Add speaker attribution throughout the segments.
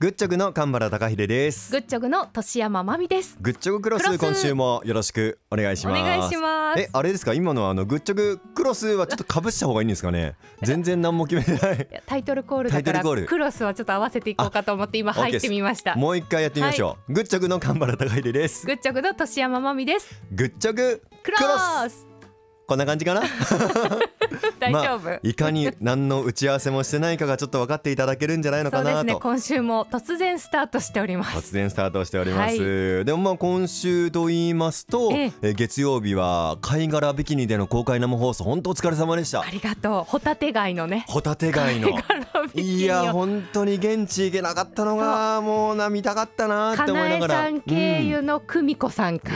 Speaker 1: グッチョグの神原孝秀です
Speaker 2: グッチョグの年山まみです。
Speaker 1: グッチョグクロ
Speaker 2: クロ
Speaker 1: ス
Speaker 2: ス
Speaker 1: 今週もよろしくお願いし
Speaker 2: お
Speaker 1: ます
Speaker 2: 願いします。
Speaker 1: えあれですか今のあのグッチョグクロスはちょっと被した方がいいんですかね全然何も決めてない
Speaker 2: いやタイトルコールだ
Speaker 1: タ
Speaker 2: か
Speaker 1: イトル
Speaker 2: ら
Speaker 1: コール
Speaker 2: クロスはちょっと合わせていこうかと思って今
Speaker 1: あ OK
Speaker 2: 入ってみました。
Speaker 1: もう一回やってみましょう、グッチョグの神原孝秀です
Speaker 2: グッチョグの年山まみです。
Speaker 1: グッチョグ
Speaker 2: クロス
Speaker 1: こんな感 じかな
Speaker 2: 大丈夫、
Speaker 1: まあいかに何の打ち合わせもしてないかがちょっと分かっていただけるんじゃないの
Speaker 2: そ
Speaker 1: か
Speaker 2: うで
Speaker 1: な
Speaker 2: すね
Speaker 1: と
Speaker 2: 今週も突然スタートしております。
Speaker 1: 突然スタートしております、でもまあ今週と言いますと、
Speaker 2: ええ
Speaker 1: えー月曜日は貝殻ビキニでの公開生放送本当お疲れ様でした
Speaker 2: ありがとうホタテ貝のね。
Speaker 1: ホタテ貝 の
Speaker 2: 貝殻ビキニを
Speaker 1: いや本当に現地行けなかったのがもうな見たかったなっ
Speaker 2: か
Speaker 1: て思
Speaker 2: ない
Speaker 1: な
Speaker 2: え
Speaker 1: がら
Speaker 2: さん経由の久美子さんか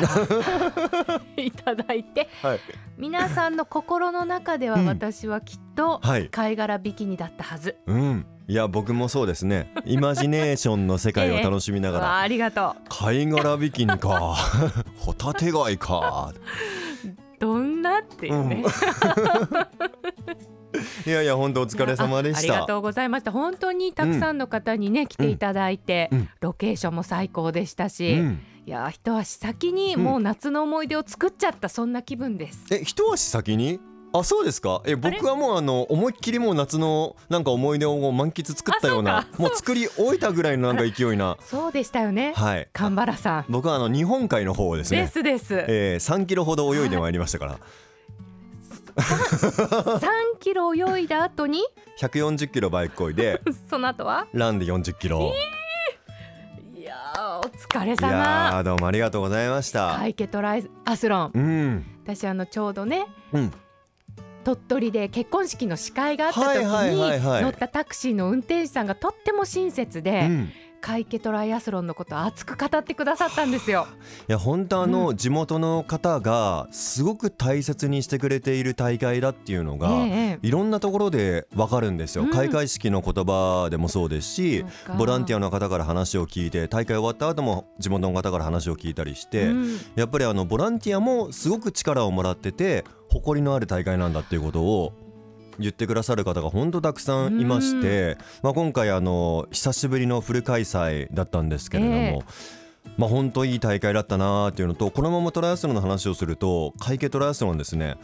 Speaker 2: ら いただいて
Speaker 1: うんはい、
Speaker 2: 皆さんの心の中では私はきっと
Speaker 1: はい
Speaker 2: 貝殻ビキニだったはず、
Speaker 1: うん、いや僕もそうですねイマジネーションの世界を楽しみなが
Speaker 2: わ
Speaker 1: ら、
Speaker 2: あありがと
Speaker 1: 貝殻ビキニ かホタテ貝か
Speaker 2: うどんなっていうね、
Speaker 1: うんいやいや本当お疲れ様でし
Speaker 2: ああり
Speaker 1: た
Speaker 2: がとうございました本当にたくさんの方にね、来ていただいて、
Speaker 1: うん
Speaker 2: ロケーションも最高でしたし、
Speaker 1: うん
Speaker 2: いやー一足先に
Speaker 1: うん
Speaker 2: もう夏の思い出を作っちゃったそんな気分です、
Speaker 1: え一足先にあそうですかえ僕はもうあの思いっきりもう夏のなんか思い出をもう満喫作ったよう
Speaker 2: あ
Speaker 1: な
Speaker 2: そうか
Speaker 1: もう作り終えたぐらいのなんか勢いな
Speaker 2: そうでしたよね
Speaker 1: はい
Speaker 2: 神原さん
Speaker 1: 僕はあの日本海の方をです
Speaker 2: で
Speaker 1: ね
Speaker 2: すです
Speaker 1: えー、3キロほど泳いでまいりましたから
Speaker 2: 3キロ泳いだ後に
Speaker 1: 140キロバイクこいで
Speaker 2: その後は
Speaker 1: ランで40キロ
Speaker 2: いやーお疲
Speaker 1: い
Speaker 2: れ
Speaker 1: や
Speaker 2: 様
Speaker 1: ーどうもありがとうございました、
Speaker 2: ハイケトライアスロン
Speaker 1: うん
Speaker 2: 私あのちょうどね
Speaker 1: うん
Speaker 2: 鳥取で結婚式の司会があった時に、
Speaker 1: はいはいはいはい
Speaker 2: 乗ったタクシーの運転手さんがとっても親切で、
Speaker 1: うんい
Speaker 2: 海家トライアスロンのことを熱く語ってくださった んですよ。
Speaker 1: や本当あの地元の方がすごく大切にしてくれている大会だっていうのが、
Speaker 2: え
Speaker 1: いろんなところでわかるんですよ、
Speaker 2: うん
Speaker 1: 開会式の言葉でもそうですしボランティ
Speaker 2: ア
Speaker 1: アの方から話を聞いて大会終わった後も地元の方から話を聞いたりして、
Speaker 2: で
Speaker 1: やっぱりあのボランティアもすごく力をもらってて誇りのある大会なんだっていうことを言ってくださる方が本当たくさんいまして、まあ、今回あの久しぶりのフル開催だったんですけれども。
Speaker 2: え
Speaker 1: まあ本当いい大会だったなーっていうのとこのままトライアスロンの話をすると会計トライアスロンですね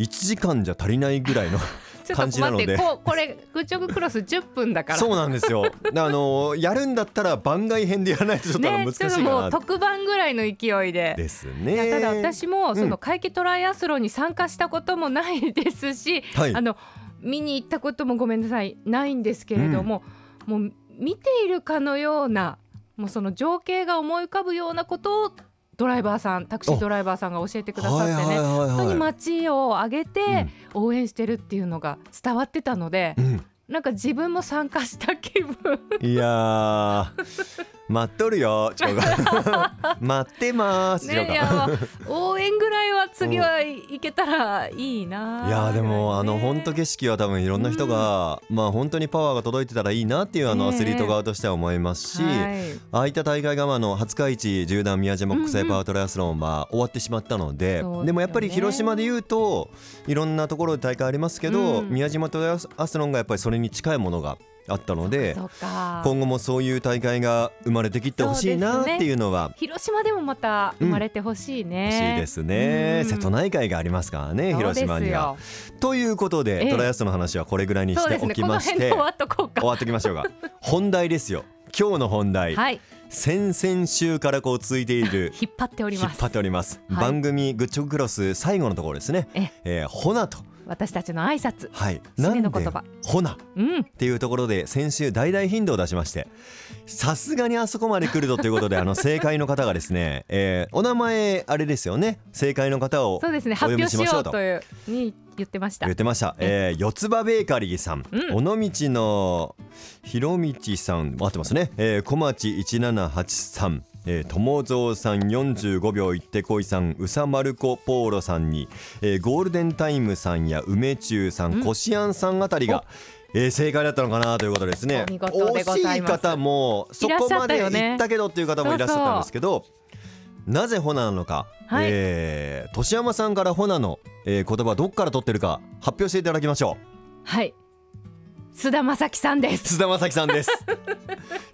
Speaker 1: 1時間じゃ足りないぐらいの
Speaker 2: ちょ
Speaker 1: 感
Speaker 2: っと
Speaker 1: じな
Speaker 2: 待
Speaker 1: ので
Speaker 2: ってこうこれグッチョグクロス10分だから
Speaker 1: そうなんですよあのやるんだったら番外編でやらないとちょっとあの
Speaker 2: ね
Speaker 1: 難しい
Speaker 2: ちょ
Speaker 1: か
Speaker 2: っとも
Speaker 1: な
Speaker 2: う
Speaker 1: って
Speaker 2: 特番ぐらいの勢いで。
Speaker 1: です
Speaker 2: い
Speaker 1: ね
Speaker 2: やただ私も
Speaker 1: ん
Speaker 2: その会計トライアスロンに参加したこともないですし、
Speaker 1: はい
Speaker 2: あの見に行ったこともごめんなさいないんですけれども、もう見ているかのようなもうその情景が思い浮かぶようなことをドライバーさんタクシードライバーさんが教えてくださっ
Speaker 1: は
Speaker 2: て
Speaker 1: い
Speaker 2: ね、
Speaker 1: はいはいはい
Speaker 2: 本当に街を挙げて応援してるっていうのが伝わってたので、
Speaker 1: うん
Speaker 2: なんか自分も参加した 気分
Speaker 1: いやー待っとるよちょ が待ってますちょ
Speaker 2: ねい
Speaker 1: が
Speaker 2: や応援ぐらいは次はいけたらいいな、
Speaker 1: いやーでもあの本当景色は多分いろんな人が、まあ本当にパワーが届いてたらいいなっていうあの
Speaker 2: ね
Speaker 1: ア
Speaker 2: え
Speaker 1: スリート側としては思いますし、
Speaker 2: はい
Speaker 1: ああいった大会がまああの廿日市縦断宮島国際パワートライアスロンは終わってしまったので、
Speaker 2: そうですよね
Speaker 1: でもやっぱり広島で言うといろんなところで大会ありますけど、
Speaker 2: うん
Speaker 1: 宮島トライアスロンがやっぱりそれに近いものがあったので
Speaker 2: そうか
Speaker 1: 今後もそういう大会が生まれてきってほしいなっていうのは
Speaker 2: 広島でもまた生まれてほしいね、
Speaker 1: 欲しいですね、
Speaker 2: うん
Speaker 1: 瀬戸内海がありますからね広島には。ということで、
Speaker 2: ええ
Speaker 1: トライアスロンの話はこれぐらいに
Speaker 2: そう
Speaker 1: して
Speaker 2: です
Speaker 1: お
Speaker 2: ね
Speaker 1: き
Speaker 2: この
Speaker 1: まし
Speaker 2: 辺で
Speaker 1: て、
Speaker 2: 終わっとこうか
Speaker 1: 終わっておきましょうか本題ですよ今日の本題、
Speaker 2: はい
Speaker 1: 先々週からこう続いている
Speaker 2: 引っ張 っており
Speaker 1: 引
Speaker 2: ま
Speaker 1: っ
Speaker 2: す
Speaker 1: 張っております、
Speaker 2: はい
Speaker 1: 番組「グッチョグクロス」最後のところですね
Speaker 2: え
Speaker 1: 「えー、ほな」と、
Speaker 2: 私たちの挨拶
Speaker 1: はい、
Speaker 2: 締めの言
Speaker 1: で
Speaker 2: 葉
Speaker 1: 「ほな」
Speaker 2: うん
Speaker 1: っていうところで先週大々頻度を出しましてさすがにあそこまで来るとということであの正解の方がですね、えーお名前あれですよね正解の方を
Speaker 2: そうですね
Speaker 1: お
Speaker 2: 発
Speaker 1: 呼びし
Speaker 2: 表し
Speaker 1: ましょ
Speaker 2: よ
Speaker 1: う
Speaker 2: う
Speaker 1: と
Speaker 2: というに言ってました
Speaker 1: 言ってました、えー、四つ葉ベーカリーさん、
Speaker 2: う
Speaker 1: 尾道のひろみちさん合ってますね、えー、小町一七八さんえー、友蔵さん45秒いってこいさんうさまるこポーロさんに、えー、ゴールデンタイムさんや梅中さん、
Speaker 2: うん
Speaker 1: こしあんさんあたりが、えー、正解だったのかなということですね
Speaker 2: お見事でございます
Speaker 1: 惜しい方もそこまで行ったけどっていう方もいらっしゃったんですけどなぜホナなのか、
Speaker 2: はい
Speaker 1: えー、年山さんからホナの、えー、言葉どっから取ってるか発表していただきましょ
Speaker 2: はい須田まさきさんで
Speaker 1: う
Speaker 2: す
Speaker 1: 須 田まさきさんです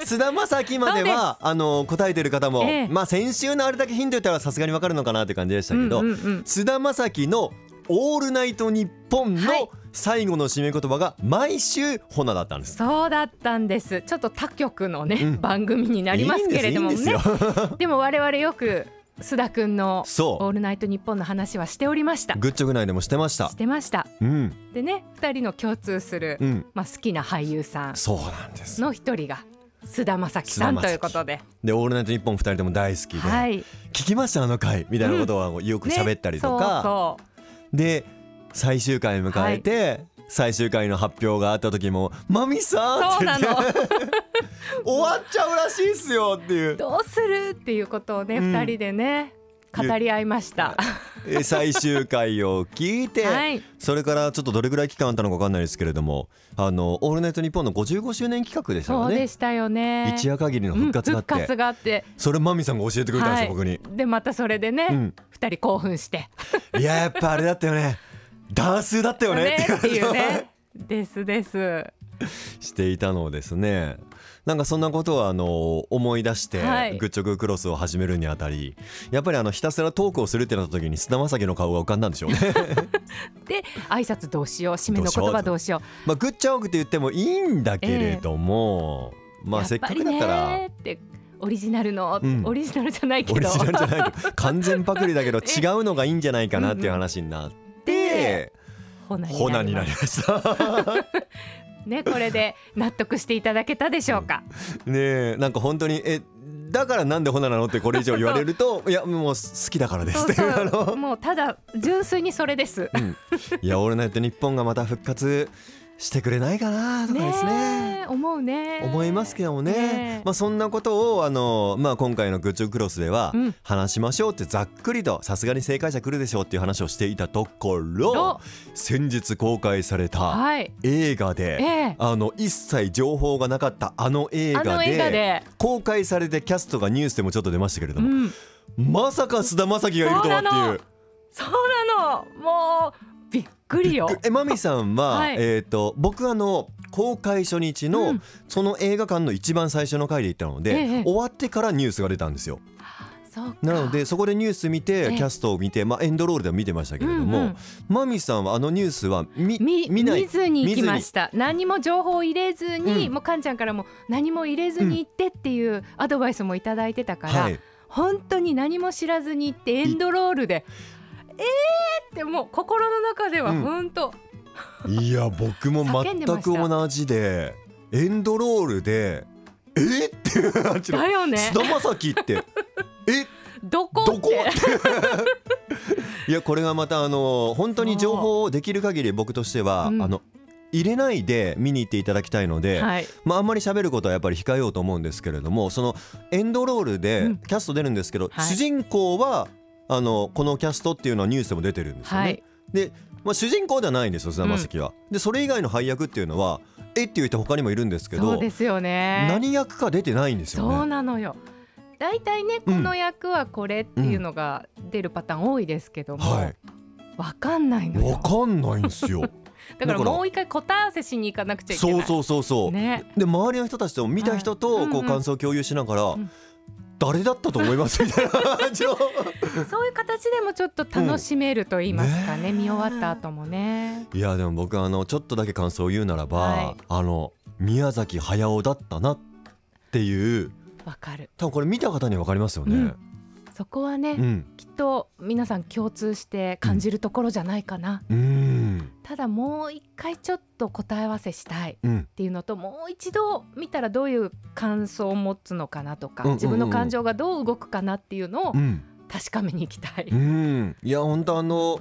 Speaker 1: 菅田将暉まで
Speaker 2: そう
Speaker 1: はあの答えてる方も、
Speaker 2: ええ
Speaker 1: まあ先週のあれだけヒント言ったらさすがにわかるのかなって感じでしたけど、
Speaker 2: うんうんうん
Speaker 1: 菅田将暉の「オールナイトニッポン」
Speaker 2: はい
Speaker 1: の最後の締め言葉が毎週ホナだったんです。
Speaker 2: そうだったんですちょっと他局のね、
Speaker 1: うん
Speaker 2: 番組になりますけれども
Speaker 1: いいんですいい
Speaker 2: ね
Speaker 1: んですよ
Speaker 2: でも我々よく須田くんの「
Speaker 1: そ
Speaker 2: オ
Speaker 1: う
Speaker 2: ールナイトニッポン」の話はしておりました
Speaker 1: グッチョグ内でもしてました
Speaker 2: し。てました
Speaker 1: うん、
Speaker 2: でね2人の共通する、
Speaker 1: うん、
Speaker 2: まあ、好きな俳優さん
Speaker 1: そうなんです。
Speaker 2: の一人が須田将暉さん
Speaker 1: 菅田将
Speaker 2: と
Speaker 1: 暉
Speaker 2: いうことで、
Speaker 1: で、オールナイトニッポン二人とも大好きで、
Speaker 2: はい、
Speaker 1: 聞きましたあの回みたいなことはよく喋ったりと
Speaker 2: ね
Speaker 1: か、
Speaker 2: そう
Speaker 1: で最終回迎えて、最終回の発表があった時もマミさん
Speaker 2: そ
Speaker 1: っ
Speaker 2: うそ
Speaker 1: て
Speaker 2: う
Speaker 1: 言っ
Speaker 2: な
Speaker 1: て
Speaker 2: の
Speaker 1: 終わっちゃうらしいっすよっていう。
Speaker 2: どうするっていうことをね、
Speaker 1: う
Speaker 2: 二
Speaker 1: ん
Speaker 2: 2人でね語り合いました。
Speaker 1: え最終回を聞いて、
Speaker 2: はい
Speaker 1: それからちょっとどれぐらい期間あったのかわかんないですけれども「あのオールナイトニッポン」の55周年企画でした
Speaker 2: そ
Speaker 1: よ
Speaker 2: うで
Speaker 1: ね
Speaker 2: したよね。
Speaker 1: 一夜限りの復活があって、
Speaker 2: うん復活があって
Speaker 1: それマミさんが教えてくれたんですよ、僕に。
Speaker 2: でまたそれでね、
Speaker 1: う
Speaker 2: 二
Speaker 1: ん
Speaker 2: 人興奮して
Speaker 1: いややっぱあれだったよねダンスだったよね
Speaker 2: ね
Speaker 1: って
Speaker 2: って
Speaker 1: い
Speaker 2: いうう
Speaker 1: ね
Speaker 2: ね。ですです。
Speaker 1: していたのをですねなんかそんなことをあの思い出して
Speaker 2: はい
Speaker 1: グッチョグクロスを始めるにあたりやっぱりあのひたすらトークをするってなった時に菅田将暉の顔が浮かんだんでしょうね
Speaker 2: で挨拶どうしよう締めの言葉どうしよう。
Speaker 1: まあグッチョグって言ってもいいんだけれども、まあせっかくだった
Speaker 2: やっぱ
Speaker 1: ら
Speaker 2: りねってオリジナルの、
Speaker 1: うん
Speaker 2: オリジナルじゃないけ
Speaker 1: オ
Speaker 2: ど
Speaker 1: リジナルじゃないけど完全パクリだけど違うのがいいんじゃないかなっていう話になって
Speaker 2: ホ ナ
Speaker 1: ホナになりました。
Speaker 2: ねこれで納得していただけたでしょうか。
Speaker 1: ねえなんか本当にえだからなんでホナなのってこれ以上言われるといやもう好きだからです
Speaker 2: そ
Speaker 1: っ
Speaker 2: う
Speaker 1: ていうあ
Speaker 2: そう
Speaker 1: の
Speaker 2: もうただ純粋にそれです。
Speaker 1: いや俺なんて日本がまた復活してくれないかなとかですね
Speaker 2: え思うね
Speaker 1: 思いますけどもね
Speaker 2: ねえ
Speaker 1: まあ、そんなことをあの、まあ、今回の「グッチョクロス」では
Speaker 2: うん
Speaker 1: 話しましょうってざっくりとさすがに正解者来るでしょうっていう話をしていたところ
Speaker 2: ど
Speaker 1: 先日公開された
Speaker 2: はい
Speaker 1: 映画で、
Speaker 2: ええ
Speaker 1: あの一切情報がなかったあの映
Speaker 2: あの映画で、
Speaker 1: 公開されてキャストがニュースでもちょっと出ましたけれど
Speaker 2: う
Speaker 1: も、
Speaker 2: ん、
Speaker 1: まさか菅田将暉がいるとはって
Speaker 2: そうな
Speaker 1: いう
Speaker 2: のそうなのもうびっくりよ
Speaker 1: えまみさんは、
Speaker 2: はい
Speaker 1: えっ、と僕あの公開初日の、
Speaker 2: うん
Speaker 1: その映画館の一番最初の回で行ったので、
Speaker 2: ええ
Speaker 1: 終わってからニュースが出たんですよ
Speaker 2: そうか
Speaker 1: なのでそこでニュース見て、
Speaker 2: ええ
Speaker 1: キャストを見て、まあ、エンドロールでも見てましたけれど
Speaker 2: うんう
Speaker 1: も
Speaker 2: ん
Speaker 1: まみ、さんはあのニュースは見見
Speaker 2: み見
Speaker 1: ない
Speaker 2: ずに行きま
Speaker 1: 見ず
Speaker 2: した何も情報を入れずに、
Speaker 1: うん
Speaker 2: もうかんちゃんからも何も入れずに行ってっていうアドバイスもいただいてたから、
Speaker 1: はい、
Speaker 2: 本当に何も知らずに行ってエンドロールでえーってもう心の中では
Speaker 1: うん
Speaker 2: 本当、
Speaker 1: いや僕も
Speaker 2: 叫ん
Speaker 1: 全
Speaker 2: でま
Speaker 1: く
Speaker 2: した
Speaker 1: 同じでエンドロールでえーっていう感じの
Speaker 2: だよね
Speaker 1: 菅田将暉 ってえ
Speaker 2: どこ
Speaker 1: ど
Speaker 2: っ
Speaker 1: こ
Speaker 2: て
Speaker 1: いやこれがまたあの本当に情報をできる限り僕としては、
Speaker 2: うん
Speaker 1: あの入れないで見に行っていただきたいので、
Speaker 2: はい
Speaker 1: まああんまり喋ることはやっぱり控えようと思うんですけれどもそのエンドロールで
Speaker 2: うん
Speaker 1: キャスト出るんですけど、
Speaker 2: は
Speaker 1: 主
Speaker 2: い
Speaker 1: 人公はあのこのキャストっていうのはニュースでも出てるんですよね。
Speaker 2: はい
Speaker 1: で、まあ、主人公ではないんですよ菅田将暉は。でそれ以外の配役っていうのはえっていう人他にもいるんですけ
Speaker 2: そう
Speaker 1: ど
Speaker 2: ですよね
Speaker 1: 何役か出てないんです
Speaker 2: そう
Speaker 1: よね。
Speaker 2: なのよ大体ね
Speaker 1: う
Speaker 2: こ
Speaker 1: ん
Speaker 2: の役はこれっていうのが出るパターン多いですけども、
Speaker 1: は
Speaker 2: わかんない
Speaker 1: い、
Speaker 2: の
Speaker 1: わ
Speaker 2: よ
Speaker 1: かんないんです よ。
Speaker 2: だか
Speaker 1: だ
Speaker 2: ら
Speaker 1: から
Speaker 2: もう一回答え合わせしに行かなくちゃいけ
Speaker 1: そ
Speaker 2: な
Speaker 1: う
Speaker 2: い
Speaker 1: そうそうそう。
Speaker 2: ね
Speaker 1: で周りの人たちと見た人
Speaker 2: はい
Speaker 1: と
Speaker 2: うん
Speaker 1: こ
Speaker 2: う
Speaker 1: うん感想を共有しながら、
Speaker 2: ん
Speaker 1: 誰だったと思いますみたい な感じの
Speaker 2: そういう形でもちょっと楽しめると言いますかね,、
Speaker 1: うんね
Speaker 2: 見終わった後もね
Speaker 1: いやでも僕あのちょっとだけ感想を言うならば、
Speaker 2: はい
Speaker 1: あの宮崎駿だったなっていう
Speaker 2: わかる
Speaker 1: 多分これ見た方には分かりますよね。
Speaker 2: そこはね、
Speaker 1: うん、
Speaker 2: きっと皆さん共通して感じるところじゃないかな、
Speaker 1: うん、
Speaker 2: ただもう一回ちょっと答え合わせしたい
Speaker 1: うん、
Speaker 2: っていうのともう一度見たらどういう感想を持つのかなとか、
Speaker 1: うんうんうん
Speaker 2: 自分の感情がどう動くかなっていうのを
Speaker 1: うん、
Speaker 2: 確かめに行きたい、
Speaker 1: うん、いや本当あの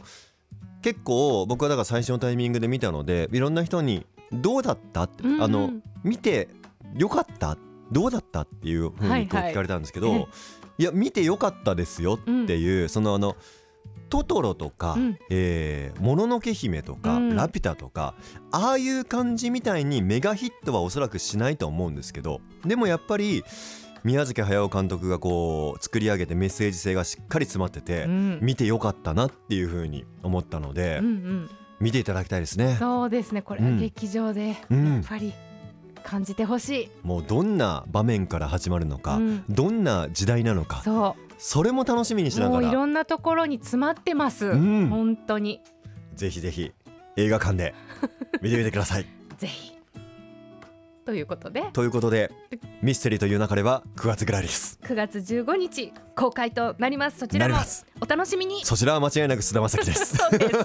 Speaker 1: 結構僕はだから最初のタイミングで見たのでいろんな人に「どうだった?」って、
Speaker 2: うんうん
Speaker 1: あの見てよかったどうだったっていうふうにこう
Speaker 2: はいはい
Speaker 1: 聞かれたんですけど、
Speaker 2: え
Speaker 1: いや見てよかったですよっていう、そのあのトトロとか、
Speaker 2: うん
Speaker 1: えーもののけ姫とか、
Speaker 2: うん
Speaker 1: ラピュタとかああいう感じみたいにメガヒットはおそらくしないと思うんですけどでもやっぱり宮崎駿監督がこう作り上げてメッセージ性がしっかり詰まってて、
Speaker 2: うん
Speaker 1: 見てよかったなっていうふうに思ったので、
Speaker 2: うんうん
Speaker 1: 見ていただきたいですね。
Speaker 2: そうですねこれ
Speaker 1: う
Speaker 2: は
Speaker 1: ん
Speaker 2: 劇場でやっ
Speaker 1: うん
Speaker 2: ぱり感じてほしい、
Speaker 1: もうどんな場面から始まるのか、
Speaker 2: うん
Speaker 1: どんな時代なのか
Speaker 2: そ
Speaker 1: それも楽しみにし
Speaker 2: う
Speaker 1: な
Speaker 2: も
Speaker 1: が
Speaker 2: うい
Speaker 1: ら
Speaker 2: ろんなところに詰まってます、
Speaker 1: うん
Speaker 2: 本当に
Speaker 1: ぜひぜひ映画 館で見てみてください
Speaker 2: ぜひということで
Speaker 1: ということでミステリーという流れは9月ぐらいです
Speaker 2: 9月15日公開となりますそち
Speaker 1: な
Speaker 2: ら
Speaker 1: り
Speaker 2: も
Speaker 1: ます
Speaker 2: お楽しみに
Speaker 1: そちらは間違いなく菅田将暉です
Speaker 2: そう です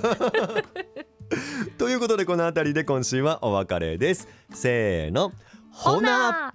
Speaker 1: ということでこの辺りで今週はお別れですせーの
Speaker 2: ほな